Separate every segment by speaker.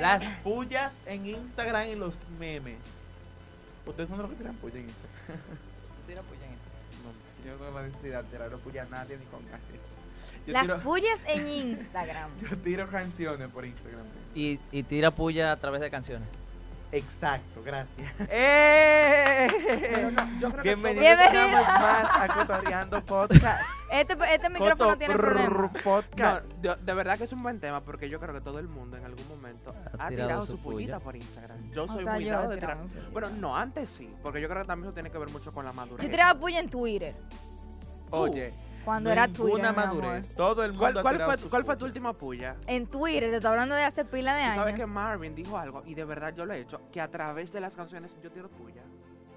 Speaker 1: Las pullas en Instagram y los memes. Ustedes son los que tiran pullas en Instagram.
Speaker 2: Tira puya en este. eso.
Speaker 1: No, yo no tengo la necesidad de tirar pullas a nadie ni con nadie. Yo
Speaker 3: Las
Speaker 1: tiro,
Speaker 3: bullas en Instagram.
Speaker 1: yo tiro canciones por Instagram.
Speaker 2: Y, y tira puya a través de canciones.
Speaker 1: Exacto, gracias.
Speaker 2: ¡Eh! Bienvenidos
Speaker 3: Bienvenido.
Speaker 2: una vez más a Cotorreando Podcast.
Speaker 3: Este, este micrófono tiene problemas.
Speaker 4: No,
Speaker 1: Podcast.
Speaker 4: de, de verdad que es un buen tema porque yo creo que todo el mundo en algún momento ha, tirado, su pullita por Instagram. Yo soy
Speaker 3: Hasta
Speaker 4: muy
Speaker 3: yo
Speaker 4: dado
Speaker 3: he
Speaker 4: de tirar-
Speaker 3: tirado mi pullita.
Speaker 4: Bueno, no, antes sí, porque yo creo que también eso tiene que ver mucho con la madurez.
Speaker 3: Yo tiraba puya en Twitter.
Speaker 1: Oye,
Speaker 3: Cuando era tuya.
Speaker 1: ninguna
Speaker 3: mi amor.
Speaker 1: madurez. Todo el mundo
Speaker 4: ¿Cuál,
Speaker 1: ha
Speaker 4: cuál
Speaker 1: tirado
Speaker 4: fue,
Speaker 1: sus
Speaker 4: cuál fue tu
Speaker 1: pullas.
Speaker 4: última puya?
Speaker 3: En Twitter, te estoy hablando de hace pila de
Speaker 4: Tú sabes que
Speaker 3: años.
Speaker 4: Marvin dijo algo y de verdad yo lo he hecho, que a través de las canciones yo tiro puya.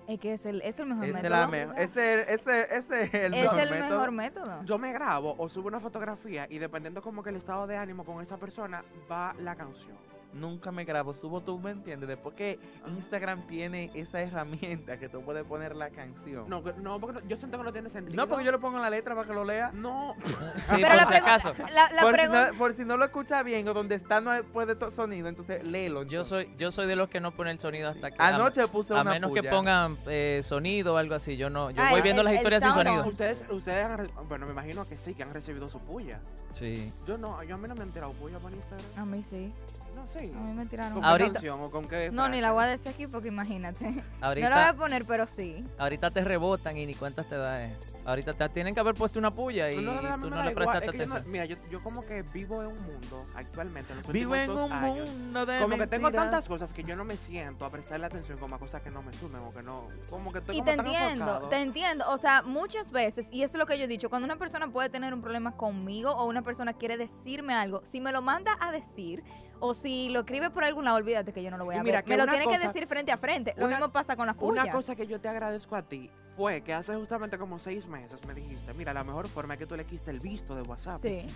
Speaker 3: Es que es el, es el mejor
Speaker 1: Ese es
Speaker 3: método.
Speaker 1: la mejor- ese- ese- ese es el
Speaker 3: es
Speaker 1: mejor
Speaker 3: el
Speaker 1: método.
Speaker 3: mejor método.
Speaker 4: Yo me grabo o subo una fotografía y dependiendo como que el estado de ánimo con esa persona va la canción.
Speaker 1: Nunca me grabo, subo tú, ¿me entiendes? Después que
Speaker 4: Ah.
Speaker 3: Ah.
Speaker 1: Instagram tiene esa herramienta que tú puedes poner la canción.
Speaker 4: No, que- no, porque no- yo siento que no tiene sentido.
Speaker 1: No, porque yo le pongo la letra para que lo lea.
Speaker 4: No,
Speaker 2: Sí,
Speaker 3: Pero
Speaker 2: por
Speaker 3: la
Speaker 2: si
Speaker 3: pregunta-
Speaker 2: acaso.
Speaker 3: La, la
Speaker 1: por, si
Speaker 3: pregunta.
Speaker 1: no, por si no lo escucha bien o donde está no hay- puede to- sonido, entonces léelo.
Speaker 2: Yo
Speaker 1: entonces.
Speaker 2: soy, yo soy de los que no pone el sonido hasta que. a-
Speaker 1: Anoche puse
Speaker 2: A,
Speaker 1: una
Speaker 2: menos que
Speaker 1: puya.
Speaker 2: pongan eh, sonido o algo así. Yo no. Yo
Speaker 3: Ah,
Speaker 2: voy
Speaker 3: el-
Speaker 2: viendo las
Speaker 3: el
Speaker 2: historias sin
Speaker 3: sound
Speaker 2: sonido.
Speaker 3: on.
Speaker 4: ustedes, ustedes han, re- bueno, me imagino que sí, que han recibido su puya.
Speaker 2: Sí.
Speaker 4: Yo no, yo a mí no me he enterado puya por Instagram.
Speaker 3: A mí sí.
Speaker 4: No, sí.
Speaker 3: Ah. A mí me
Speaker 4: ¿Con
Speaker 3: tiraron.
Speaker 4: qué
Speaker 2: Ahorita-
Speaker 4: canción o con qué
Speaker 3: No, ni la voy a
Speaker 4: frase?
Speaker 3: decir aquí porque imagínate. No la voy
Speaker 2: Ahorita,
Speaker 3: a poner, pero sí.
Speaker 2: ahorita te rebotan y ni cuentas te da. eh. Ahorita te tienen que haber puesto una puya y
Speaker 4: No, no, no,
Speaker 2: tú
Speaker 4: me
Speaker 2: no
Speaker 4: da
Speaker 2: le
Speaker 4: igual,
Speaker 2: prestaste
Speaker 4: es que yo no-
Speaker 2: atención.
Speaker 4: mira, yo, yo como que vivo en un mundo actualmente. En los
Speaker 1: Vivo
Speaker 4: últimos
Speaker 1: en un
Speaker 4: dos años,
Speaker 1: mundo de
Speaker 4: Como que tengo
Speaker 1: mentiras.
Speaker 4: tantas cosas que yo no me siento a prestarle atención como a cosas que no me sumen o que no. Como que estoy
Speaker 3: Y
Speaker 4: como
Speaker 3: te
Speaker 4: tan
Speaker 3: entiendo,
Speaker 4: enfocado.
Speaker 3: te entiendo. O sea, muchas veces, y eso es lo que yo he dicho, cuando una persona puede tener un problema conmigo o una persona quiere decirme algo, si me lo manda a decir o si lo escribe por algún lado, olvídate que yo no lo voy
Speaker 4: Y
Speaker 3: a
Speaker 4: mira,
Speaker 3: ver.
Speaker 4: que
Speaker 3: Me lo
Speaker 4: una
Speaker 3: tiene que
Speaker 4: cosa-
Speaker 3: decir frente a frente. lo
Speaker 4: una-
Speaker 3: mismo pasa con las pullas.
Speaker 4: Una cosa que yo te agradezco a ti fue que hace justamente como seis meses me dijiste, mira, la mejor forma es que tú le quiste el visto de WhatsApp.
Speaker 3: Sí.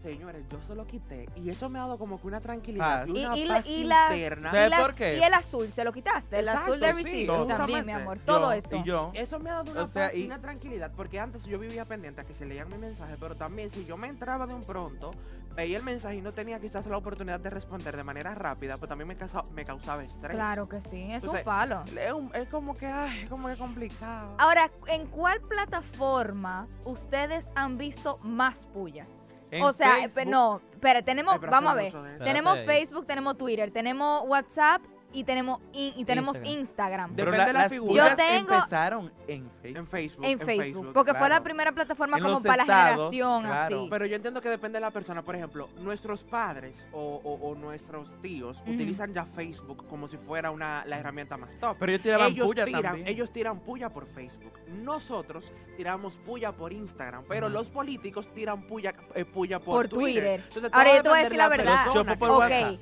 Speaker 4: Señores, yo se lo quité y eso me ha dado como que una tranquilidad
Speaker 1: Paz.
Speaker 4: y
Speaker 3: Y,
Speaker 4: una
Speaker 3: y, la-
Speaker 4: paz
Speaker 3: y las, y,
Speaker 4: interna.
Speaker 1: ¿Sabes
Speaker 3: las-
Speaker 1: por qué?
Speaker 3: y el azul, se lo quitaste. El azul de
Speaker 4: Exacto, sí,
Speaker 3: receive
Speaker 1: todo.
Speaker 3: también, mi
Speaker 4: Justamente.
Speaker 3: amor.
Speaker 1: Yo
Speaker 3: Todo eso.
Speaker 1: Y yo.
Speaker 4: Eso me ha dado una
Speaker 1: O sea,
Speaker 4: paz y
Speaker 1: y-
Speaker 4: una tranquilidad, porque antes yo vivía pendiente a que se leían mis mensajes, pero también si yo me entraba de un pronto, veía el mensaje y no tenía quizás la oportunidad de responder de manera rápida, pues también me, causa- me causaba estrés.
Speaker 3: Claro que sí, es
Speaker 4: O sea,
Speaker 3: un palo.
Speaker 4: Es, un- es como que, ay, es como que complicado.
Speaker 3: Ahora, ¿en cuál plataforma ustedes han visto más pullas?
Speaker 1: en
Speaker 3: o sea,
Speaker 1: Facebook,
Speaker 3: pe- no, pero tenemos,
Speaker 4: Ay, pero
Speaker 3: vamos a
Speaker 4: hace
Speaker 3: ver.
Speaker 4: mucho de eso.
Speaker 2: Espérate
Speaker 3: Tenemos
Speaker 2: ahí.
Speaker 3: Facebook, tenemos Twitter, tenemos WhatsApp y tenemos in- y tenemos Instagram.
Speaker 4: De-
Speaker 1: pero
Speaker 4: depende
Speaker 1: la-
Speaker 4: la
Speaker 1: las
Speaker 4: figura.
Speaker 1: pullas
Speaker 3: Yo tengo-
Speaker 1: empezaron en Facebook.
Speaker 4: En Facebook.
Speaker 3: en Facebook, porque
Speaker 4: claro.
Speaker 3: fue la primera plataforma
Speaker 1: En
Speaker 3: como
Speaker 1: los
Speaker 3: para la
Speaker 1: estados,
Speaker 3: generación
Speaker 1: claro.
Speaker 3: así.
Speaker 4: Pero yo entiendo que depende de la persona. Por ejemplo, nuestros padres o, o- o nuestros tíos
Speaker 3: Ujú.
Speaker 4: utilizan ya Facebook como si fuera una, la herramienta más top.
Speaker 1: Pero yo tiraba
Speaker 4: ellos,
Speaker 1: puya
Speaker 4: tiran,
Speaker 1: también.
Speaker 4: ellos tiran puya por Facebook. Nosotros tiramos puya por Instagram. Pero
Speaker 2: Ajá.
Speaker 4: los políticos tiran puya, eh, puya por,
Speaker 3: Por Twitter.
Speaker 4: Entonces, todo
Speaker 3: Ahora
Speaker 4: va
Speaker 3: yo te voy a
Speaker 4: depender
Speaker 3: decir la
Speaker 4: de
Speaker 3: verdad.
Speaker 1: Chopo
Speaker 4: persona que-
Speaker 1: por
Speaker 3: ok.
Speaker 1: WhatsApp.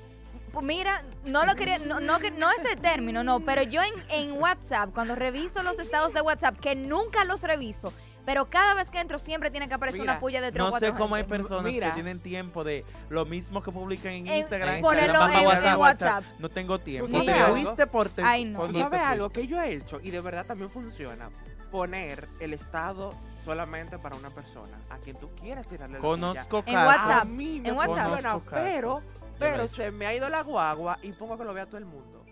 Speaker 3: Pues Mira, no lo quería, no, no, que- no ese término, no, pero yo en, en WhatsApp, cuando reviso los estados de WhatsApp, que nunca los reviso, pero cada vez que entro siempre tiene que aparecer una
Speaker 4: Mira,
Speaker 3: puya de tres o
Speaker 1: No
Speaker 3: cuatro
Speaker 1: sé cómo hay
Speaker 3: gente.
Speaker 1: personas
Speaker 4: Mira.
Speaker 1: que tienen tiempo de lo mismo que publican en
Speaker 3: En-
Speaker 1: Instagram.
Speaker 2: en
Speaker 3: ponerlo
Speaker 1: Instagram,
Speaker 2: en-
Speaker 1: va
Speaker 2: en
Speaker 1: para
Speaker 3: WhatsApp.
Speaker 1: No tengo tiempo.
Speaker 3: Ni
Speaker 1: Te
Speaker 3: yo.
Speaker 1: fuiste por te,
Speaker 3: Ay, no.
Speaker 1: por-
Speaker 4: ¿Tú
Speaker 1: no te
Speaker 4: sabes algo
Speaker 1: fuiste.
Speaker 4: que yo he hecho y de verdad también funciona? Poner el estado solamente para una persona a quien tú quieras tirarle la puya.
Speaker 1: Conozco
Speaker 3: En
Speaker 1: casos.
Speaker 3: WhatsApp.
Speaker 4: A mí me
Speaker 3: en WhatsApp.
Speaker 4: funciona,
Speaker 1: Conozco
Speaker 4: pero,
Speaker 1: casos. Yo lo he
Speaker 4: pero
Speaker 1: hecho.
Speaker 4: se me ha ido la guagua y pongo que lo vea todo el mundo.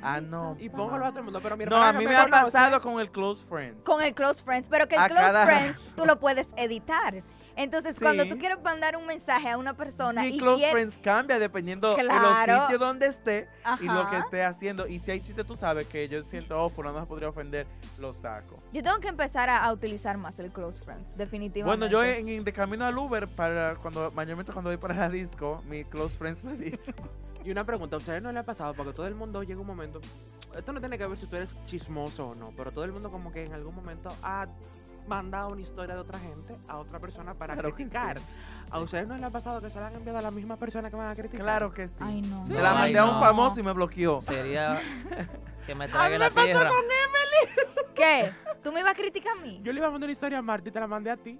Speaker 1: Ah, no.
Speaker 4: Y pongo que lo vea todo el mundo, pero mi
Speaker 1: No,
Speaker 4: hermana
Speaker 1: a
Speaker 4: que
Speaker 1: mí me ha
Speaker 4: conoce-
Speaker 1: pasado con el close friend.
Speaker 3: con el close friends, pero que el
Speaker 1: A
Speaker 3: close
Speaker 1: cada
Speaker 3: friends tú lo puedes editar. Entonces, cuando
Speaker 1: Sí.
Speaker 3: tú quieres mandar un mensaje a una persona
Speaker 1: Mi
Speaker 3: y
Speaker 1: close
Speaker 3: quieres-
Speaker 1: friends cambia dependiendo de
Speaker 3: Claro.
Speaker 1: los sitios donde esté y lo que
Speaker 3: Ajá.
Speaker 1: esté haciendo. Y si hay chiste, tú sabes que yo siento, oh, fulano se podría ofender, lo saco.
Speaker 3: Yo tengo que empezar a, a utilizar más el close friends, definitivamente.
Speaker 1: Bueno, yo en, en- de camino al Uber, para cuando, mayormente cuando voy para la disco, mi close friends me dice.
Speaker 4: Y una pregunta, ¿a ustedes no les ha pasado? Porque todo el mundo llega un momento. Esto no tiene que ver si tú eres chismoso o no, pero todo el mundo, como que en algún momento ha mandado una historia de otra gente a otra persona para
Speaker 1: Claro que
Speaker 4: criticar. ¿A ustedes no les ha pasado que se la han enviado a la misma persona que van a criticar?
Speaker 1: Claro que sí.
Speaker 3: Ay, no.
Speaker 1: Se la
Speaker 2: Ay,
Speaker 1: mandé a un
Speaker 2: no.
Speaker 1: famoso y me bloqueó.
Speaker 2: Sería que me trague la tierra.
Speaker 3: ¿Qué? ¿Tú me ibas a criticar a mí?
Speaker 4: Yo le iba a mandar una historia a Marta y te la mandé a ti.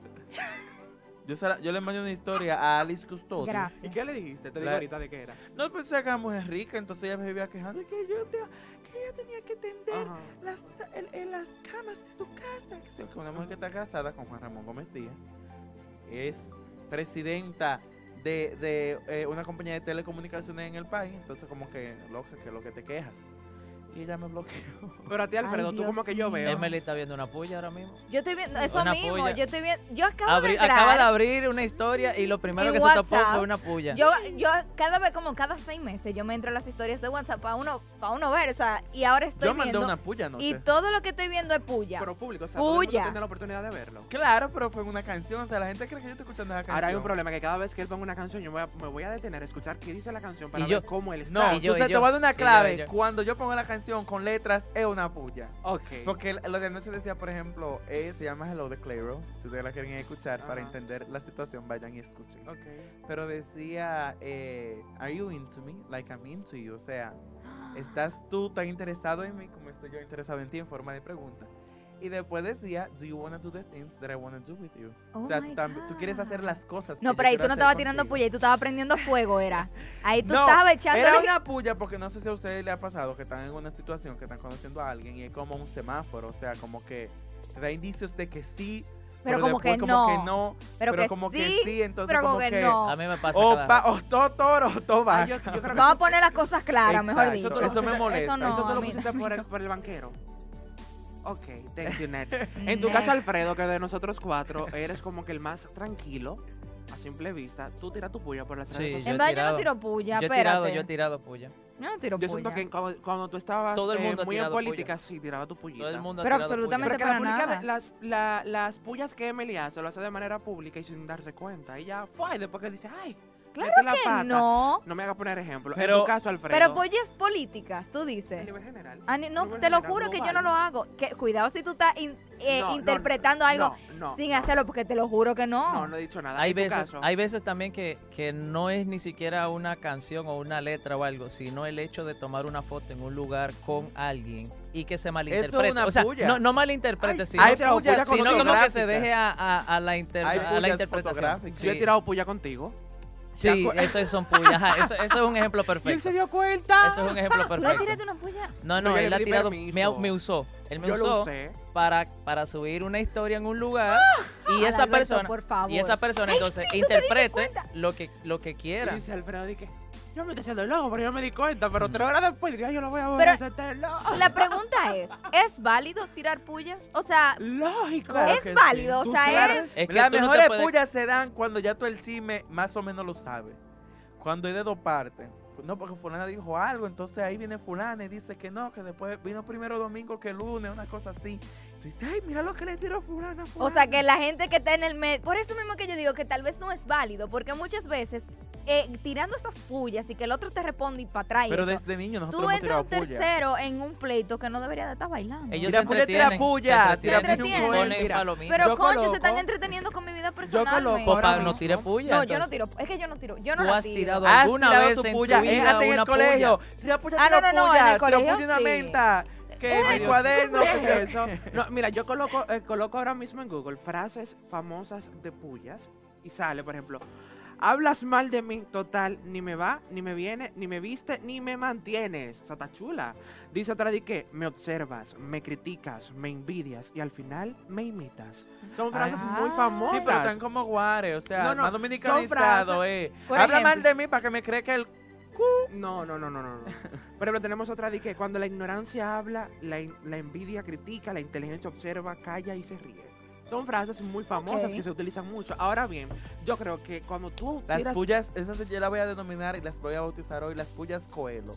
Speaker 1: Yo, se la- yo le mandé una historia a Alice Custodio.
Speaker 3: Gracias.
Speaker 4: ¿Y qué le dijiste? Te digo
Speaker 1: La-
Speaker 4: ahorita de qué era.
Speaker 1: No pensé que la mujer es rica, entonces ella me vivía quejando de que yo, te- que ella tenía que tender
Speaker 4: Ajá.
Speaker 1: las, el- el- las camas de su casa. Que sea, que una mujer que está casada con Juan Ramón Gómez Díaz es presidenta de, de, eh, una compañía de telecomunicaciones en el país. Entonces, como que, loca, que lo que te quejas. Y ella me bloqueó.
Speaker 4: Pero a ti, Alfredo, tú
Speaker 3: Dios
Speaker 4: como que yo
Speaker 3: mío.
Speaker 4: veo.
Speaker 2: Emily está viendo una puya ahora mismo.
Speaker 3: Yo estoy viendo eso
Speaker 2: Una
Speaker 3: mismo.
Speaker 2: puya.
Speaker 3: Yo estoy viendo. Yo acabo de
Speaker 2: Abri-
Speaker 3: entrar.
Speaker 2: acaba de abrir una historia y lo primero
Speaker 3: En
Speaker 2: que se topó
Speaker 3: WhatsApp,
Speaker 2: fue una puya.
Speaker 3: Yo, yo cada vez, como cada seis meses, yo me entro a las historias de WhatsApp para uno, para uno ver. O sea, y ahora estoy
Speaker 1: Yo mandé
Speaker 3: viendo.
Speaker 1: una puya anoche.
Speaker 3: y todo lo que estoy viendo es puya.
Speaker 4: Pero público, o sea, todo el mundo
Speaker 3: Puya.
Speaker 4: tiene la oportunidad de verlo.
Speaker 1: Claro, pero fue en una canción. O sea, la gente cree que yo estoy escuchando esa canción.
Speaker 4: Ahora hay un problema que cada vez que él ponga una canción, yo me voy a, me voy a detener a escuchar qué dice la canción para
Speaker 2: Y
Speaker 4: ver
Speaker 2: yo-
Speaker 4: cómo él está.
Speaker 1: No,
Speaker 2: Y yo,
Speaker 1: entonces
Speaker 2: y
Speaker 1: te
Speaker 2: yo,
Speaker 1: voy a dar
Speaker 2: y
Speaker 1: una
Speaker 2: yo, y
Speaker 1: clave.
Speaker 2: yo.
Speaker 1: Cuando yo pongo la canción con letras, es una puya.
Speaker 4: Ok.
Speaker 1: Porque el- lo de anoche decía, por ejemplo, eh, se llama Hello de Clairo. Si ustedes la quieren escuchar para
Speaker 4: Ajá.
Speaker 1: entender la situación, vayan y escuchen.
Speaker 4: Ok.
Speaker 1: Pero decía, eh, Are you into me? Like I'm into you. O sea, ¿estás tú tan interesado en mí como estoy yo interesado en ti? En forma de pregunta. Y después decía, Do you wanna do the things that I wanna do with you?
Speaker 3: Oh
Speaker 1: o sea,
Speaker 3: my
Speaker 1: tú, tam- tú quieres
Speaker 3: God.
Speaker 1: hacer las cosas. que
Speaker 3: No,
Speaker 1: yo
Speaker 3: pero ahí
Speaker 1: quiero
Speaker 3: tú no
Speaker 1: hacer
Speaker 3: estabas tirando
Speaker 1: contigo.
Speaker 3: puya, ahí tú estabas prendiendo fuego, era. Ahí tú
Speaker 1: No,
Speaker 3: estabas echando.
Speaker 1: Era una puya porque no sé si a ustedes les ha pasado que están en una situación, que están conociendo a alguien y es como un semáforo, o sea, como que te da indicios de que sí,
Speaker 3: Pero como
Speaker 1: después
Speaker 3: que
Speaker 1: como que
Speaker 3: no,
Speaker 1: no,
Speaker 3: pero, que
Speaker 1: como
Speaker 3: sí.
Speaker 1: que sí, entonces
Speaker 3: pero
Speaker 1: como
Speaker 3: como que
Speaker 1: que
Speaker 3: no.
Speaker 2: A mí me pasa
Speaker 1: o
Speaker 2: cada
Speaker 1: pa- o todo toro o todo
Speaker 4: Ah,
Speaker 1: vaca.
Speaker 4: yo, yo creo que
Speaker 3: Vamos a poner las cosas claras, mejor
Speaker 1: Exacto,
Speaker 3: dicho.
Speaker 1: eso me molesta,
Speaker 3: Eso no,
Speaker 4: eso tú
Speaker 3: a
Speaker 4: lo
Speaker 3: mí-
Speaker 4: pusiste por el, por el banquero. Ok, thank you, Ned. En tu
Speaker 3: Next.
Speaker 4: caso, Alfredo, que de nosotros cuatro eres como que el más tranquilo, a simple vista, tú tiras tu puya por las
Speaker 2: Sí,
Speaker 4: redes sociales.
Speaker 2: yo
Speaker 3: En
Speaker 2: he
Speaker 3: verdad yo no
Speaker 2: tirado.
Speaker 3: tiro puya,
Speaker 2: yo he
Speaker 3: espérate.
Speaker 2: tirado, yo he tirado puya.
Speaker 3: Yo no tiro
Speaker 4: Yo
Speaker 3: puya.
Speaker 4: siento que cuando, cuando tú estabas
Speaker 2: Todo el
Speaker 4: eh,
Speaker 2: mundo ha
Speaker 4: muy en
Speaker 2: tirado puya.
Speaker 4: política, sí, tiraba tu pullita.
Speaker 2: Todo el mundo ha
Speaker 3: Pero
Speaker 2: tirado
Speaker 3: absolutamente-
Speaker 2: puya.
Speaker 4: Pero que
Speaker 3: para
Speaker 4: la pública
Speaker 3: nada.
Speaker 4: de- las, la- las pullas que Emily hace lo hace de manera pública y sin darse cuenta. Y ya fue, y después que dice, ay,
Speaker 3: Claro
Speaker 4: metí la
Speaker 3: Que
Speaker 4: pata.
Speaker 3: no.
Speaker 4: No me hagas poner ejemplo. en
Speaker 1: Pero-
Speaker 4: tu caso, Alfredo.
Speaker 3: Pero pollas políticas, tú
Speaker 4: a
Speaker 3: dices.
Speaker 4: nivel general.
Speaker 3: Ah, ni- no,
Speaker 4: nivel
Speaker 3: te lo
Speaker 4: general,
Speaker 3: juro que yo no
Speaker 4: global.
Speaker 3: lo hago. Que, cuidado si tú estás in- eh,
Speaker 4: No, no,
Speaker 3: interpretando
Speaker 4: no,
Speaker 3: algo
Speaker 4: no,
Speaker 3: sin
Speaker 4: no,
Speaker 3: hacerlo, porque te lo juro que no.
Speaker 4: No, no he dicho nada.
Speaker 2: Hay
Speaker 4: En tu
Speaker 2: veces,
Speaker 4: caso,
Speaker 2: hay veces también que, que no es ni siquiera una canción o una letra o algo, sino el hecho de tomar una foto en un lugar con alguien y que se malinterprete.
Speaker 1: una
Speaker 2: o sea,
Speaker 1: puya.
Speaker 2: no, no malinterprete,
Speaker 4: Ay,
Speaker 2: sino,
Speaker 1: hay
Speaker 2: sino
Speaker 1: puyas
Speaker 2: como que se
Speaker 1: fotográficas.
Speaker 2: deje a, a- a la, inter-
Speaker 1: Hay
Speaker 2: a la
Speaker 1: puyas
Speaker 2: interpretación.
Speaker 1: fotográficas.
Speaker 4: Yo he tirado puya contigo.
Speaker 2: sí eso es- son puyas. ajá, eso, eso es un ejemplo
Speaker 4: Y él
Speaker 2: perfecto.
Speaker 4: se dio cuenta.
Speaker 2: Eso es un ejemplo
Speaker 3: ¿Tú le
Speaker 2: perfecto.
Speaker 3: tiraste una puya?
Speaker 2: No,
Speaker 4: Pero
Speaker 2: no,
Speaker 4: yo
Speaker 2: él
Speaker 4: le
Speaker 2: ha
Speaker 4: pedí
Speaker 2: tirado,
Speaker 4: permiso.
Speaker 2: me, au- me usó. Él me
Speaker 4: Yo lo
Speaker 2: usó
Speaker 4: usé.
Speaker 2: para, para subir una historia en un lugar y
Speaker 3: Al
Speaker 2: esa
Speaker 3: Alberto,
Speaker 2: persona
Speaker 3: Por favor.
Speaker 2: y esa persona entonces interprete lo que lo que
Speaker 4: Y
Speaker 2: quiera.
Speaker 4: dice Alfredo, dije, yo me estoy haciendo el loco, pero yo me di cuenta. Pero tres horas después, dije, "Ay, yo lo voy a volver
Speaker 3: Pero-
Speaker 4: a hacer loco.
Speaker 3: La pregunta es, ¿es válido tirar pullas? O sea,
Speaker 4: Lógico.
Speaker 1: Claro
Speaker 3: es
Speaker 1: que sí.
Speaker 3: válido, o
Speaker 4: Tú
Speaker 3: sea,
Speaker 4: claro,
Speaker 3: es...
Speaker 2: Es que
Speaker 1: Las
Speaker 2: tú no te
Speaker 1: mejores
Speaker 2: puedes-
Speaker 1: pullas se dan cuando ya tú el chisme más o menos lo sabes. Cuando es de dos partes. No, porque fulana dijo algo, entonces ahí viene fulana y dice que no, que después vino primero domingo que lunes, una cosa así. Tú dices, ay, mira lo que le tiró fulana. a
Speaker 3: O sea,
Speaker 1: fulana".
Speaker 3: que la gente que está en el medio... Por eso mismo que yo digo que tal vez no es válido, porque muchas veces eh, tirando esas pullas y que el otro te responde y para atrás y
Speaker 1: Pero
Speaker 3: eso,
Speaker 1: desde niño nosotros
Speaker 3: tú
Speaker 1: hemos
Speaker 3: entras
Speaker 1: tirado
Speaker 3: un
Speaker 1: puya.
Speaker 3: tercero en un pleito que no debería de estar bailando.
Speaker 2: ellos
Speaker 1: Tira
Speaker 2: se
Speaker 1: puya, tira
Speaker 2: entretienen,
Speaker 1: puya,
Speaker 2: se
Speaker 1: tira
Speaker 2: entretienen,
Speaker 3: puya,
Speaker 2: ponen
Speaker 1: mira.
Speaker 2: palomitas.
Speaker 3: Pero
Speaker 1: yo
Speaker 3: concho, se
Speaker 1: coloco-
Speaker 3: están entreteniendo con mi vida personal.
Speaker 1: coloco
Speaker 3: men.
Speaker 2: Papá,
Speaker 1: ahora
Speaker 2: Pues no
Speaker 1: mismo-
Speaker 2: tira puya.
Speaker 3: No, yo no
Speaker 2: entonces.
Speaker 3: tiro. Es que yo no tiro. Yo no
Speaker 2: Tú
Speaker 3: la
Speaker 2: has
Speaker 3: tiro.
Speaker 2: tirado
Speaker 1: Has
Speaker 2: alguna
Speaker 1: tirado
Speaker 2: vez
Speaker 1: tu
Speaker 2: en tu
Speaker 1: puya, eh,
Speaker 2: vida
Speaker 1: hasta en
Speaker 2: una
Speaker 1: el
Speaker 2: puya.
Speaker 1: colegio. Tira puya,
Speaker 3: Ah,
Speaker 1: tira
Speaker 3: no, no, no, en
Speaker 1: puya,
Speaker 3: el
Speaker 1: tira
Speaker 3: colegio
Speaker 1: puya una
Speaker 3: sí.
Speaker 1: menta, que
Speaker 2: Ay,
Speaker 1: mi
Speaker 2: Dios.
Speaker 1: cuaderno.
Speaker 4: ¿Qué es
Speaker 1: que-
Speaker 4: eso? No, mira, yo coloco, eh, coloco ahora mismo en Google frases famosas de pullas y sale, por ejemplo, hablas mal de mí, total, ni me va, ni me viene, ni me viste, ni me mantienes. O sea, está chula. Dice otra de que me observas, me criticas, me envidias y al final me imitas. Son frases
Speaker 3: Ah.
Speaker 4: muy
Speaker 3: Sí,
Speaker 4: famosas.
Speaker 1: Sí, pero están como guares, o sea,
Speaker 4: No, no,
Speaker 1: más
Speaker 4: son
Speaker 1: dominicanizado, eh.
Speaker 3: Por
Speaker 1: Habla mal
Speaker 3: ejemplo.
Speaker 1: de mí para que me cree que el
Speaker 4: No, no, no, no, no. no. Por ejemplo, tenemos otra de que cuando la ignorancia habla, la, in- la envidia critica, la inteligencia observa, calla y se ríe. Son frases muy famosas
Speaker 3: Ok.
Speaker 4: que se utilizan mucho. Ahora bien, yo creo que cuando tú
Speaker 1: Las
Speaker 4: tiras-
Speaker 1: pullas, esas yo las voy a denominar y las voy a bautizar hoy las pullas Coelho.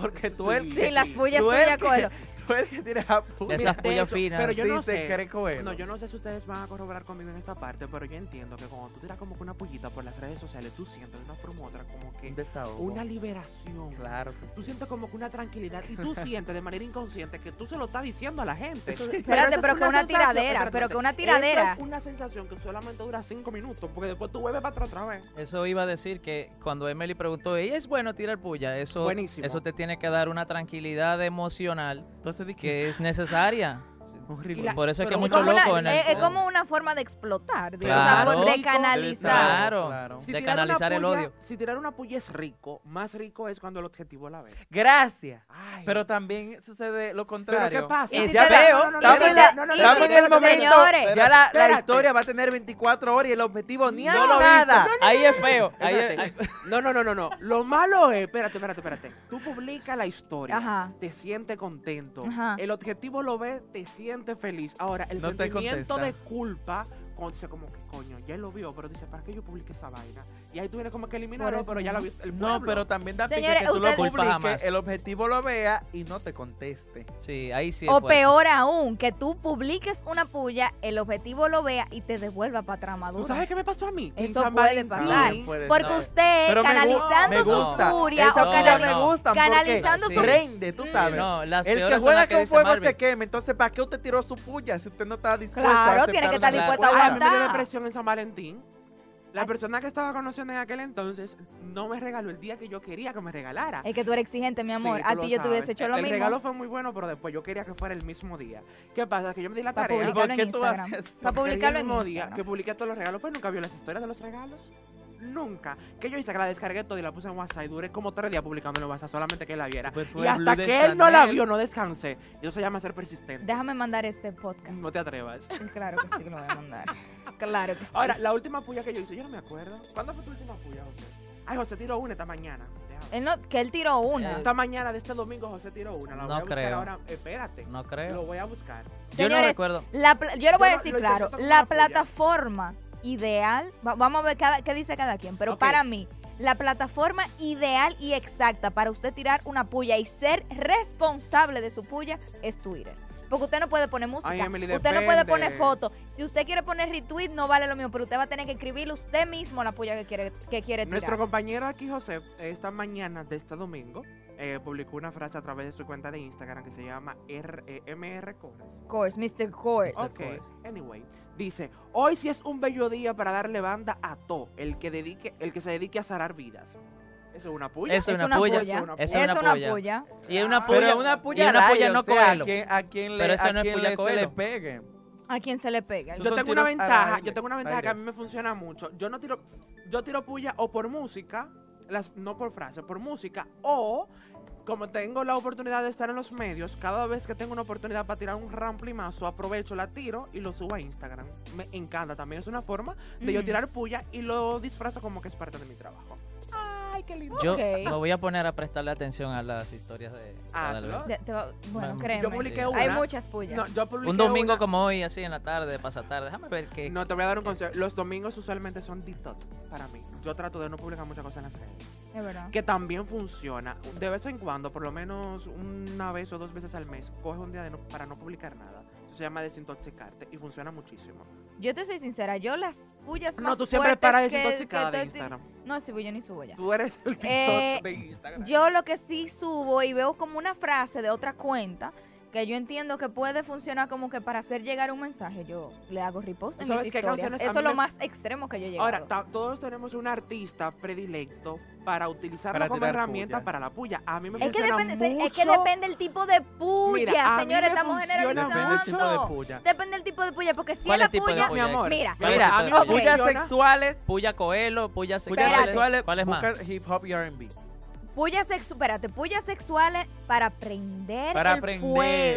Speaker 1: Porque tú el,
Speaker 4: Sí,
Speaker 1: que,
Speaker 3: Sí, las pullas
Speaker 1: Tú
Speaker 3: tuyas,
Speaker 1: eres-
Speaker 3: Coelho.
Speaker 1: tú el que tienes a puya.
Speaker 2: Esas
Speaker 4: de
Speaker 2: pullas
Speaker 4: hecho,
Speaker 2: finas.
Speaker 4: pero yo
Speaker 1: sí
Speaker 4: no
Speaker 1: se
Speaker 4: sé.
Speaker 1: cree Coelho.
Speaker 4: No, yo no sé si ustedes van a corroborar conmigo en esta parte, pero yo entiendo que cuando tú tiras como que una pullita por las redes sociales, tú sientes de una forma u otra como que
Speaker 1: Un desahogo.
Speaker 4: una liberación.
Speaker 1: Claro. que
Speaker 4: Tú
Speaker 1: sí.
Speaker 4: sientes como que una tranquilidad y tú sientes de manera inconsciente que tú se lo estás diciendo a la gente.
Speaker 1: Eso-
Speaker 3: Espérate,
Speaker 4: esa
Speaker 3: pero
Speaker 4: es
Speaker 3: que una
Speaker 4: sensación-
Speaker 3: tiradera,
Speaker 4: espérate,
Speaker 3: pero que una
Speaker 4: espérate. Eso
Speaker 3: tiradera.
Speaker 4: Es una sensación que solamente dura cinco minutos, porque después tú vuelves para atrás otra vez.
Speaker 2: Eso iba a decir que cuando Emily preguntó, "Ey, es bueno tirar puya?" Eso
Speaker 4: Buenísimo.
Speaker 2: eso te tiene que dar una tranquilidad emocional
Speaker 1: Entonces di que
Speaker 2: que es necesaria. O Sí.
Speaker 1: Un reloj.
Speaker 4: Y la-
Speaker 2: Por eso es que
Speaker 4: pero
Speaker 2: muchos
Speaker 4: como una-
Speaker 2: locos en el
Speaker 3: es, Eh, es
Speaker 2: fondo.
Speaker 3: como una forma de explotar, de-
Speaker 2: Claro.
Speaker 3: o sea, por- de canalizar.
Speaker 2: Claro. de
Speaker 4: tirar una
Speaker 2: canalizar el
Speaker 4: puya-
Speaker 2: odio.
Speaker 4: Si tirar una puya es rico, más rico es cuando el objetivo la ve.
Speaker 1: Gracias.
Speaker 4: Ay,
Speaker 1: Pero también sucede lo
Speaker 4: ¿pero
Speaker 1: contrario.
Speaker 4: qué pasa?
Speaker 3: Y si
Speaker 1: ya
Speaker 3: te la-
Speaker 1: veo,
Speaker 4: No, no, no,
Speaker 1: estamos
Speaker 4: no,
Speaker 1: en
Speaker 4: no,
Speaker 1: la-
Speaker 4: no, no, no,
Speaker 1: estamos
Speaker 4: no,
Speaker 1: en el
Speaker 4: no, no,
Speaker 1: momento.
Speaker 3: señores.
Speaker 1: Ya la, la
Speaker 4: Espérate.
Speaker 1: historia va a tener 24 horas y el objetivo ni a
Speaker 4: No lo
Speaker 1: nada.
Speaker 2: Ahí es feo. Ahí es,
Speaker 4: espérate. No, no, no, no, no. Lo malo es, espérate, espérate, espérate. Tú publicas la historia.
Speaker 3: Ajá.
Speaker 4: Te sientes contento.
Speaker 3: Ajá.
Speaker 4: El objetivo lo ve, te siente feliz. Ahora, el
Speaker 1: No te
Speaker 4: sentimiento
Speaker 1: contesta.
Speaker 4: de culpa, con- dice como que coño, ya él lo vio, pero dice, ¿para qué yo publiqué esa vaina? Y ahí tú vienes como que eliminarlo,
Speaker 3: eso
Speaker 4: pero ya lo
Speaker 3: mismo.
Speaker 4: vio el
Speaker 1: No,
Speaker 4: pueblo.
Speaker 1: pero también da pique
Speaker 3: Señores,
Speaker 1: que tú lo
Speaker 3: ustedes-
Speaker 2: Culpa
Speaker 1: publiques,
Speaker 2: jamás.
Speaker 1: el objetivo lo vea y no te conteste.
Speaker 2: ah, sí, ahí sí. es
Speaker 3: O
Speaker 2: fuerte.
Speaker 3: peor aún, que tú publiques una puya, el objetivo lo vea y te devuelva para atrás
Speaker 4: ¿Tú
Speaker 3: maduro.
Speaker 4: sabes eh. qué me pasó a mí? Que en
Speaker 3: Eso
Speaker 4: San
Speaker 3: puede
Speaker 4: Valentín-
Speaker 3: pasar.
Speaker 1: No, puede
Speaker 3: Porque
Speaker 1: ser.
Speaker 3: usted
Speaker 1: Pero me gu-
Speaker 3: canalizando
Speaker 1: me gusta.
Speaker 3: su furia
Speaker 1: Esa
Speaker 3: o
Speaker 1: puya
Speaker 3: canali-
Speaker 1: me
Speaker 2: no.
Speaker 1: gusta.
Speaker 3: canalizando
Speaker 1: porque
Speaker 2: su-
Speaker 1: Rinde, tú
Speaker 3: Sí,
Speaker 1: sabes.
Speaker 2: No, las
Speaker 1: el que
Speaker 2: peores son las
Speaker 1: juega
Speaker 2: que
Speaker 1: con
Speaker 2: dice
Speaker 1: fuego
Speaker 2: Marvin.
Speaker 1: se quema. Entonces, ¿para qué usted tiró su puya si usted no está dispuesto a
Speaker 3: Claro,
Speaker 1: aceptar
Speaker 3: tiene que
Speaker 1: una
Speaker 3: estar dispuesto a
Speaker 1: respuesta?
Speaker 4: Ay, a mí me dio
Speaker 3: aguantar.
Speaker 4: depresión en San Valentín. La
Speaker 3: Ay.
Speaker 4: persona que estaba conociendo en aquel entonces no me regaló el día que yo quería que me regalara.
Speaker 3: Es que tú eres exigente, Eh, mi amor.
Speaker 4: Sí,
Speaker 3: a
Speaker 4: tú
Speaker 3: ti
Speaker 4: lo
Speaker 3: yo te hubiese
Speaker 4: sabes.
Speaker 3: hecho lo
Speaker 4: el
Speaker 3: mismo.
Speaker 4: regalo fue muy bueno, pero después yo quería que fuera el mismo día. ¿Qué pasa? Que yo me di la
Speaker 3: Pa'
Speaker 4: tarea.
Speaker 3: publicar. publicarlo
Speaker 1: ¿Por qué
Speaker 3: en
Speaker 1: tú
Speaker 3: Instagram.
Speaker 1: haces eso?
Speaker 3: Pa'
Speaker 4: porque
Speaker 3: publicarlo
Speaker 4: el
Speaker 3: en
Speaker 4: mismo día
Speaker 3: Instagram.
Speaker 4: que publiqué todos los regalos, pues nunca vio las historias de los regalos. Nunca. Que yo hice que la descargué toda y la puse en WhatsApp y duré como tres días publicando en WhatsApp solamente que él la viera.
Speaker 1: Pues fue
Speaker 4: Y
Speaker 1: el
Speaker 4: hasta
Speaker 1: Blue de
Speaker 4: que él no la
Speaker 1: Chanel.
Speaker 4: vio, no descansé. Y eso se llama ser persistente.
Speaker 3: Déjame mandar este podcast.
Speaker 4: No te atrevas.
Speaker 3: Claro que sí que lo voy a mandar. Claro que sí.
Speaker 4: Ahora, la última puya que yo hice, yo no me acuerdo. ¿Cuándo fue tu última puya, José? Ay, José tiró una esta mañana. Déjame.
Speaker 3: Él no- que él tiró una.
Speaker 4: Esta mañana de este domingo José tiró una. La
Speaker 2: No
Speaker 4: voy a buscar
Speaker 2: creo.
Speaker 4: ahora. Espérate.
Speaker 2: No creo.
Speaker 4: Lo voy a buscar.
Speaker 2: Yo no
Speaker 3: Señores,
Speaker 2: recuerdo.
Speaker 3: La pla- yo lo voy a
Speaker 4: Yo lo-
Speaker 3: decir
Speaker 4: lo
Speaker 3: claro,
Speaker 4: interpreto como
Speaker 3: la
Speaker 4: una puya.
Speaker 3: plataforma ideal, va- vamos a ver cada, qué dice cada quien, pero
Speaker 4: Ok.
Speaker 3: para mí, la plataforma ideal y exacta para usted tirar una puya y ser responsable de su puya es Twitter. Porque usted no puede poner música,
Speaker 4: Ay, Emily,
Speaker 3: usted no puede
Speaker 4: depende.
Speaker 3: poner fotos. Si usted quiere poner retweet, no vale lo mío, pero usted va a tener que escribir usted mismo la puya que quiere, que quiere tirar.
Speaker 4: Nuestro compañero aquí, José, eh, esta mañana de este domingo, eh, publicó una frase a través de su cuenta de Instagram que se llama R eh, MR Cores.
Speaker 3: Course, Mr. Course.
Speaker 2: Of
Speaker 4: Ok,
Speaker 2: course.
Speaker 4: anyway. Dice, hoy sí es un bello día para darle banda a To, el que dedique, el que se dedique a sarar vidas. Eso es una puya.
Speaker 2: Eso es una puya.
Speaker 4: eso es una Ah.
Speaker 2: Eso
Speaker 3: Es
Speaker 2: es una puya. Y es una
Speaker 1: Pero
Speaker 2: puya.
Speaker 1: una
Speaker 2: y
Speaker 1: puya
Speaker 2: una
Speaker 1: raya,
Speaker 2: puya
Speaker 1: o
Speaker 2: no
Speaker 1: sea,
Speaker 2: coelo.
Speaker 1: A quien, a quien le,
Speaker 2: Pero eso
Speaker 1: a
Speaker 2: no es
Speaker 1: quien
Speaker 2: puya
Speaker 1: le- se le
Speaker 2: coelo.
Speaker 1: pegue.
Speaker 3: ¿A quién se le pega?
Speaker 1: Eso
Speaker 4: Yo
Speaker 1: son
Speaker 4: tengo una
Speaker 1: tiros al
Speaker 4: ventaja,
Speaker 1: aire,
Speaker 4: yo tengo una ventaja que a
Speaker 1: aires.
Speaker 4: mí me funciona mucho. Yo no tiro, yo tiro puya o por música, las, no por frase, por música, o como tengo la oportunidad de estar en los medios, cada vez que tengo una oportunidad para tirar un ramplimazo, aprovecho, la tiro y lo subo a Instagram. Me encanta, también es una forma de yo
Speaker 1: Mm.
Speaker 3: Ujú.
Speaker 4: tirar puya y lo disfrazo como que es parte de mi trabajo. Ay, qué lindo.
Speaker 2: Yo
Speaker 3: Ok.
Speaker 2: me voy a poner a prestarle atención a las historias de de
Speaker 4: Ah,
Speaker 2: Adalberto.
Speaker 4: ¿solo?
Speaker 3: Te- te va- bueno,
Speaker 2: Yo
Speaker 3: créeme.
Speaker 4: publiqué
Speaker 3: Hay
Speaker 4: una.
Speaker 3: muchas puyas.
Speaker 4: No, yo publiqué
Speaker 2: Un domingo
Speaker 4: una-
Speaker 2: como hoy, así en la tarde, de pasatarde. Déjame ver qué.
Speaker 4: No, te voy a dar un consejo. Los domingos usualmente son detox para mí. Yo trato de no publicar muchas cosas en las redes.
Speaker 3: Es verdad.
Speaker 4: que también funciona. De vez en cuando, por lo menos una vez o dos veces al mes, coges un día de no- para no publicar nada. Eso se llama desintoxicarte y funciona muchísimo.
Speaker 3: Yo te soy sincera, yo las pullas más
Speaker 4: No, tú siempre
Speaker 3: fuertes
Speaker 4: para
Speaker 3: que-
Speaker 4: desintoxicada
Speaker 3: que
Speaker 4: de
Speaker 3: te-
Speaker 4: Instagram.
Speaker 3: No, si voy yo ni subo ya.
Speaker 4: Tú eres el TikTok
Speaker 3: Eh,
Speaker 4: de Instagram.
Speaker 3: Yo lo que sí subo y veo como una frase de otra cuenta que yo entiendo que puede funcionar como que para hacer llegar un mensaje, yo le hago repost en mis
Speaker 4: ¿Sabes qué
Speaker 3: historias.
Speaker 4: canciones a
Speaker 3: Eso
Speaker 4: mí
Speaker 3: es lo
Speaker 4: me-
Speaker 3: más extremo que yo llego.
Speaker 4: Ahora, ta- todos tenemos un artista predilecto para utilizarlo
Speaker 1: Para
Speaker 4: como
Speaker 1: tirar
Speaker 4: herramienta
Speaker 1: pullas.
Speaker 4: para la puya. A mí me
Speaker 3: es que,
Speaker 4: funciona
Speaker 3: depende, se- es que
Speaker 4: mucho.
Speaker 3: depende el tipo de puya,
Speaker 4: Mira, a mí
Speaker 3: señores,
Speaker 4: me
Speaker 3: estamos
Speaker 4: funciona-
Speaker 3: generalizando.
Speaker 1: Depende del tipo de puya.
Speaker 3: Depende del tipo de puya, porque si es
Speaker 2: ¿Cuál
Speaker 3: la
Speaker 2: es el tipo de
Speaker 3: puya,
Speaker 2: puya?
Speaker 4: Mi amor,
Speaker 3: mira,
Speaker 4: mi amor,
Speaker 2: Mira,
Speaker 4: a mí
Speaker 3: ok.
Speaker 4: me
Speaker 1: Puyas
Speaker 4: funciona-
Speaker 1: sexuales,
Speaker 2: Puya coelo, puya
Speaker 1: puyas
Speaker 3: Espérate.
Speaker 2: sexuales.
Speaker 1: sexuales,
Speaker 2: ¿Cuál es más?
Speaker 1: busca hip hop y R&B.
Speaker 3: Pullas sexuales, espérate, pullas sexuales para prender
Speaker 1: Para
Speaker 3: el
Speaker 1: prender.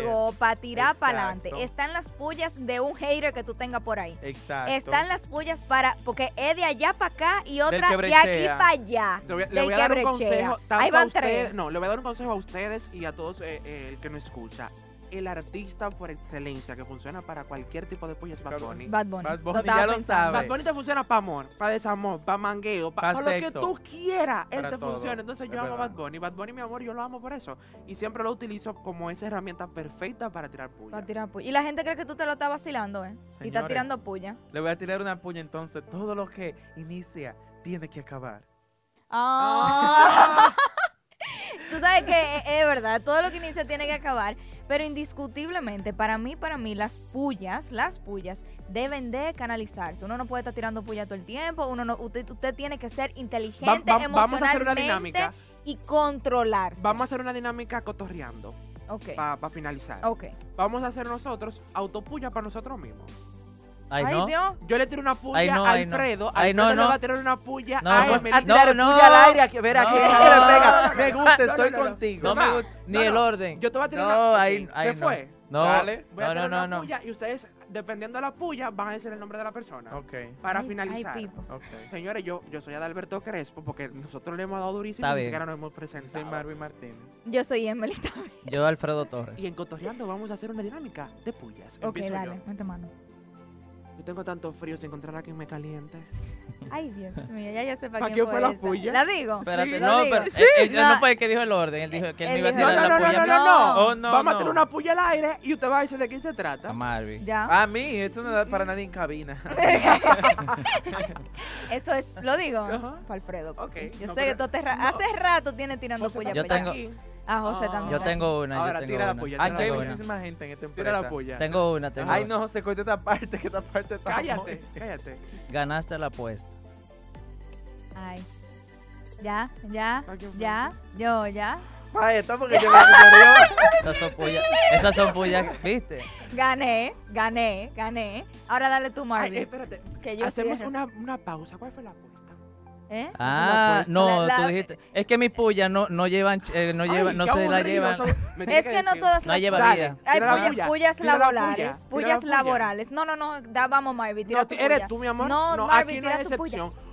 Speaker 3: fuego, para tirar para adelante.
Speaker 1: Exacto.
Speaker 3: Están las pullas de un hater que tú tengas por ahí.
Speaker 1: Exacto.
Speaker 3: Están las pullas para, porque es de allá para acá y
Speaker 1: Del
Speaker 3: otra
Speaker 1: que
Speaker 3: de aquí
Speaker 1: brechea.
Speaker 3: para allá.
Speaker 4: Te voy a- le
Speaker 3: del
Speaker 4: voy a
Speaker 3: que
Speaker 4: dar un
Speaker 3: brechea.
Speaker 4: consejo.
Speaker 3: Ahí
Speaker 4: tanto a
Speaker 3: van
Speaker 4: ustedes-
Speaker 3: tres.
Speaker 4: No, le voy a dar un consejo a ustedes y a todos eh, eh, el que no escucha. El artista por excelencia que funciona para cualquier tipo de puya es Bad
Speaker 1: Claro.
Speaker 4: Bunny.
Speaker 3: Bad Bunny.
Speaker 1: Bad
Speaker 3: Lo
Speaker 1: Bunny
Speaker 3: estaba
Speaker 1: ya lo
Speaker 3: pensando.
Speaker 1: sabe.
Speaker 4: Bad Bunny te funciona para amor, para desamor, para mangueo, para
Speaker 1: Pa'
Speaker 4: lo que
Speaker 1: sexo.
Speaker 4: tú quieras, él
Speaker 1: Para
Speaker 4: te
Speaker 1: todo.
Speaker 4: funciona. Entonces yo
Speaker 1: Es
Speaker 4: amo a
Speaker 1: verdad.
Speaker 4: Bad Bunny. Bad Bunny, mi amor, yo lo amo por eso. Y siempre lo utilizo como esa herramienta perfecta para tirar puya.
Speaker 3: Para tirar puya. Y la gente cree que tú te lo estás vacilando, ¿eh? y estás
Speaker 1: Señores.
Speaker 3: tirando puya.
Speaker 1: Le voy a tirar una puya entonces. Todo lo que inicia tiene que acabar.
Speaker 3: Ah.
Speaker 4: Ah.
Speaker 3: Tú sabes que es, es verdad, todo lo que inicia tiene que acabar, pero indiscutiblemente, para mí, para mí, las pullas, las pullas deben de canalizarse. Uno no puede estar tirando puya todo el tiempo, uno no, usted, usted tiene que ser
Speaker 4: Va-
Speaker 3: inteligente
Speaker 4: va-
Speaker 3: emocionalmente
Speaker 4: vamos a hacer una dinámica.
Speaker 3: y controlarse.
Speaker 4: Vamos a hacer una dinámica cotorreando.
Speaker 3: ok, Ok.
Speaker 4: para finalizar.
Speaker 3: Ok.
Speaker 4: Vamos a hacer nosotros autopuya para nosotros mismos.
Speaker 2: Ay, no.
Speaker 3: Dios.
Speaker 4: Yo le tiro una puya
Speaker 2: Ay, no,
Speaker 4: a
Speaker 2: ay, no.
Speaker 4: Alfredo.
Speaker 2: Ay, no,
Speaker 4: Alfredo le
Speaker 2: no.
Speaker 4: va a tirar una puya
Speaker 2: No,
Speaker 4: a
Speaker 2: no,
Speaker 4: Emily.
Speaker 2: no,
Speaker 1: tirar
Speaker 2: no.
Speaker 1: puya al aire, a que- ver a
Speaker 2: No.
Speaker 1: quién es que le pega.
Speaker 4: No, no,
Speaker 1: Me
Speaker 4: no,
Speaker 1: gusta,
Speaker 4: no, no,
Speaker 1: estoy
Speaker 4: no, no.
Speaker 1: contigo.
Speaker 2: No me
Speaker 4: No,
Speaker 2: gusta ni
Speaker 4: no,
Speaker 2: el
Speaker 4: no.
Speaker 2: orden.
Speaker 4: Yo te voy a tirar
Speaker 2: No,
Speaker 4: una
Speaker 2: ahí-
Speaker 4: Ok,
Speaker 2: ahí
Speaker 4: ¿Se
Speaker 2: no.
Speaker 4: fue?
Speaker 2: No,
Speaker 1: Dale.
Speaker 4: Voy a
Speaker 2: no, no,
Speaker 4: tirar
Speaker 2: no,
Speaker 4: una
Speaker 2: no.
Speaker 4: puya y ustedes, dependiendo de la puya, van a decir el nombre de la persona.
Speaker 1: Ok,
Speaker 4: Para
Speaker 3: Ay,
Speaker 4: finalizar.
Speaker 3: Ay, Pipo.
Speaker 1: ok.
Speaker 4: Señores, yo, yo soy Adalberto Crespo porque nosotros le hemos dado durísimo
Speaker 2: Está
Speaker 4: y ni
Speaker 2: bien.
Speaker 4: siquiera nos hemos
Speaker 1: Yo soy
Speaker 4: presentado.
Speaker 1: Marvin Martínez.
Speaker 3: Yo soy Emily también.
Speaker 2: Yo, Alfredo Torres.
Speaker 4: Y en Cotorreando vamos a hacer una dinámica de puyas.
Speaker 3: Ok,
Speaker 4: Empiezo
Speaker 3: dale, no te mando.
Speaker 4: Yo. Yo tengo tanto frío sin encontrar a quien me caliente.
Speaker 3: Ay, Dios mío, ya yo sé para
Speaker 4: ¿Pa'
Speaker 3: quién,
Speaker 4: quién fue la
Speaker 3: esa.
Speaker 4: puya?
Speaker 3: ¿La digo?
Speaker 2: Espérate,
Speaker 4: Sí,
Speaker 2: no,
Speaker 3: lo
Speaker 2: pero
Speaker 3: digo.
Speaker 2: él- él- él no
Speaker 3: No.
Speaker 2: fue el que dijo el orden. Él dijo que él
Speaker 3: Él
Speaker 2: me iba a
Speaker 3: dijo
Speaker 2: tirar
Speaker 3: el
Speaker 2: la
Speaker 3: orden.
Speaker 2: puya.
Speaker 4: No, no, no.
Speaker 1: Oh, no,
Speaker 4: vamos
Speaker 1: no.
Speaker 4: a tirar una puya al aire y usted va a decir de quién se trata.
Speaker 2: A Marvin.
Speaker 3: Ya.
Speaker 1: ¿Ah? A mí, esto no da para nadie en cabina.
Speaker 3: Eso es, lo digo.
Speaker 4: Ajá.
Speaker 3: Para Alfredo.
Speaker 4: Ok,
Speaker 3: papi. Yo
Speaker 4: no,
Speaker 3: sé que
Speaker 4: pero-
Speaker 3: tú te ra-
Speaker 4: no.
Speaker 3: hace rato tienes tirando
Speaker 4: José
Speaker 3: puya
Speaker 2: Yo
Speaker 3: para allá.
Speaker 2: tengo-
Speaker 4: aquí.
Speaker 3: A José
Speaker 4: Ah.
Speaker 3: también.
Speaker 2: Yo tengo una, yo
Speaker 4: Ahora
Speaker 2: tengo
Speaker 4: tira la
Speaker 2: una.
Speaker 4: puya. tira
Speaker 1: Aquí hay
Speaker 4: la puya.
Speaker 2: buena.
Speaker 1: muchísima gente en esta empresa.
Speaker 4: Tira la puya.
Speaker 2: Tengo una, tengo
Speaker 1: Ay,
Speaker 2: una.
Speaker 1: no, José, corta esta parte, que esta parte está
Speaker 4: Cállate,
Speaker 1: muy-
Speaker 4: cállate.
Speaker 2: Ganaste la apuesta.
Speaker 3: Ay. Ya, ya,
Speaker 4: ¿Pa' quién fue?
Speaker 3: ya, yo, ya.
Speaker 1: Ay, está porque yo me acuerdo.
Speaker 2: Esas son puyas, esas son puyas, ¿viste?
Speaker 3: Gané, gané, gané. Ahora dale tú,
Speaker 4: Ay,
Speaker 3: Marvin.
Speaker 4: espérate.
Speaker 3: que yo
Speaker 4: Hacemos
Speaker 3: cierro.
Speaker 4: una, una pausa. ¿Cuál fue la apuesta?
Speaker 3: ¿Eh?
Speaker 2: Ah, no,
Speaker 3: La-
Speaker 2: tú
Speaker 3: la-
Speaker 2: dijiste. Es que mis puyas no, no llevan, ch- eh, no
Speaker 4: Ay,
Speaker 2: llevan, no
Speaker 4: qué
Speaker 2: se la
Speaker 4: aburrido,
Speaker 2: llevan.
Speaker 4: son- me tiene
Speaker 3: Es que no
Speaker 4: decir.
Speaker 3: todas
Speaker 2: No
Speaker 3: las
Speaker 2: lleva
Speaker 4: Dale,
Speaker 2: vida.
Speaker 3: Hay
Speaker 4: tira la
Speaker 3: puya-
Speaker 4: puya,
Speaker 3: pullas
Speaker 4: tira la puya,
Speaker 3: laborales,
Speaker 4: tira la
Speaker 3: pullas
Speaker 4: puya.
Speaker 3: laborales. No, no, no, da, vamos, Marvin, tira
Speaker 4: No,
Speaker 3: tu
Speaker 4: eres
Speaker 3: puya.
Speaker 4: tú, mi amor.
Speaker 3: No,
Speaker 4: No,
Speaker 3: Marvin,
Speaker 4: aquí no
Speaker 3: tira
Speaker 4: hay
Speaker 3: tu puya.
Speaker 4: excepción.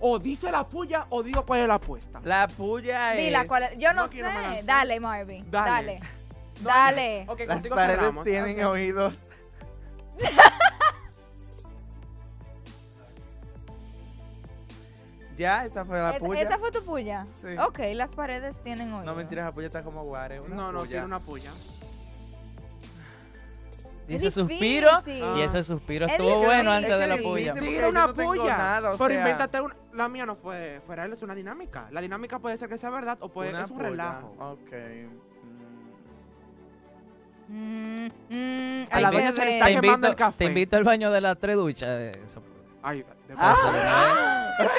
Speaker 4: O dice la puya o digo cuál es la apuesta.
Speaker 1: La puya es...
Speaker 3: Dila, cuál es- yo no,
Speaker 4: No, aquí
Speaker 3: sé.
Speaker 4: no me lanzo.
Speaker 3: dale, Marvin,
Speaker 4: Dale.
Speaker 3: dale.
Speaker 4: No,
Speaker 3: Dale.
Speaker 4: Ok,
Speaker 1: Las
Speaker 4: contigo
Speaker 1: paredes
Speaker 4: cerramos.
Speaker 1: tienen oídos. ya, esa fue la
Speaker 3: Es-
Speaker 1: puya.
Speaker 3: ¿Esa fue tu puya?
Speaker 1: Sí.
Speaker 3: Ok, las paredes tienen oídos.
Speaker 1: No, mentiras, la puya está como guare. una
Speaker 4: No, no,
Speaker 1: puya.
Speaker 4: tiene una puya.
Speaker 2: Y
Speaker 3: Es
Speaker 2: ese suspiro,
Speaker 3: difícil.
Speaker 2: y
Speaker 4: Ah.
Speaker 2: ese suspiro
Speaker 3: Es
Speaker 2: estuvo
Speaker 3: difícil.
Speaker 2: bueno antes
Speaker 3: Es
Speaker 2: de la
Speaker 3: difícil.
Speaker 2: puya.
Speaker 1: Sí,
Speaker 4: Tira
Speaker 1: pero
Speaker 4: una
Speaker 1: yo no tengo
Speaker 4: puya.
Speaker 1: nada, o
Speaker 4: pero
Speaker 1: sea.
Speaker 4: invéntate una. La mía no fue fuera de él, es una dinámica. La dinámica puede ser que sea verdad o puede
Speaker 1: Una
Speaker 4: es un
Speaker 1: puya. Oh.
Speaker 4: relajo.
Speaker 1: Ok. mm.
Speaker 3: Mm, mm,
Speaker 4: A
Speaker 3: ay,
Speaker 4: la
Speaker 3: bebé.
Speaker 4: doña se le está
Speaker 2: Te
Speaker 4: quemando
Speaker 2: invito,
Speaker 4: el café.
Speaker 2: te invito al baño de las tres duchas. eh, eso.
Speaker 4: Ay, de
Speaker 3: Ah.
Speaker 2: Eso, de una vez.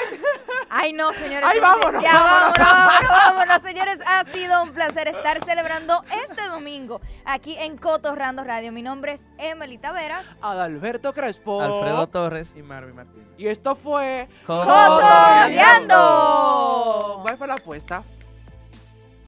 Speaker 3: Ay, no, señores.
Speaker 4: Ay,
Speaker 3: en serio,
Speaker 4: vámonos,
Speaker 3: Ya, vámonos, vámonos, vámonos, señores. Ha sido un placer estar celebrando este domingo aquí en Cotorrando Radio. Mi nombre es Emily Taveras.
Speaker 4: Adalberto Crespo.
Speaker 2: Alfredo Torres.
Speaker 1: Mm, Y Marvin Martínez.
Speaker 4: Y esto fue.
Speaker 2: Coto.
Speaker 3: Cotorreando.
Speaker 4: ¿Cuál fue la apuesta?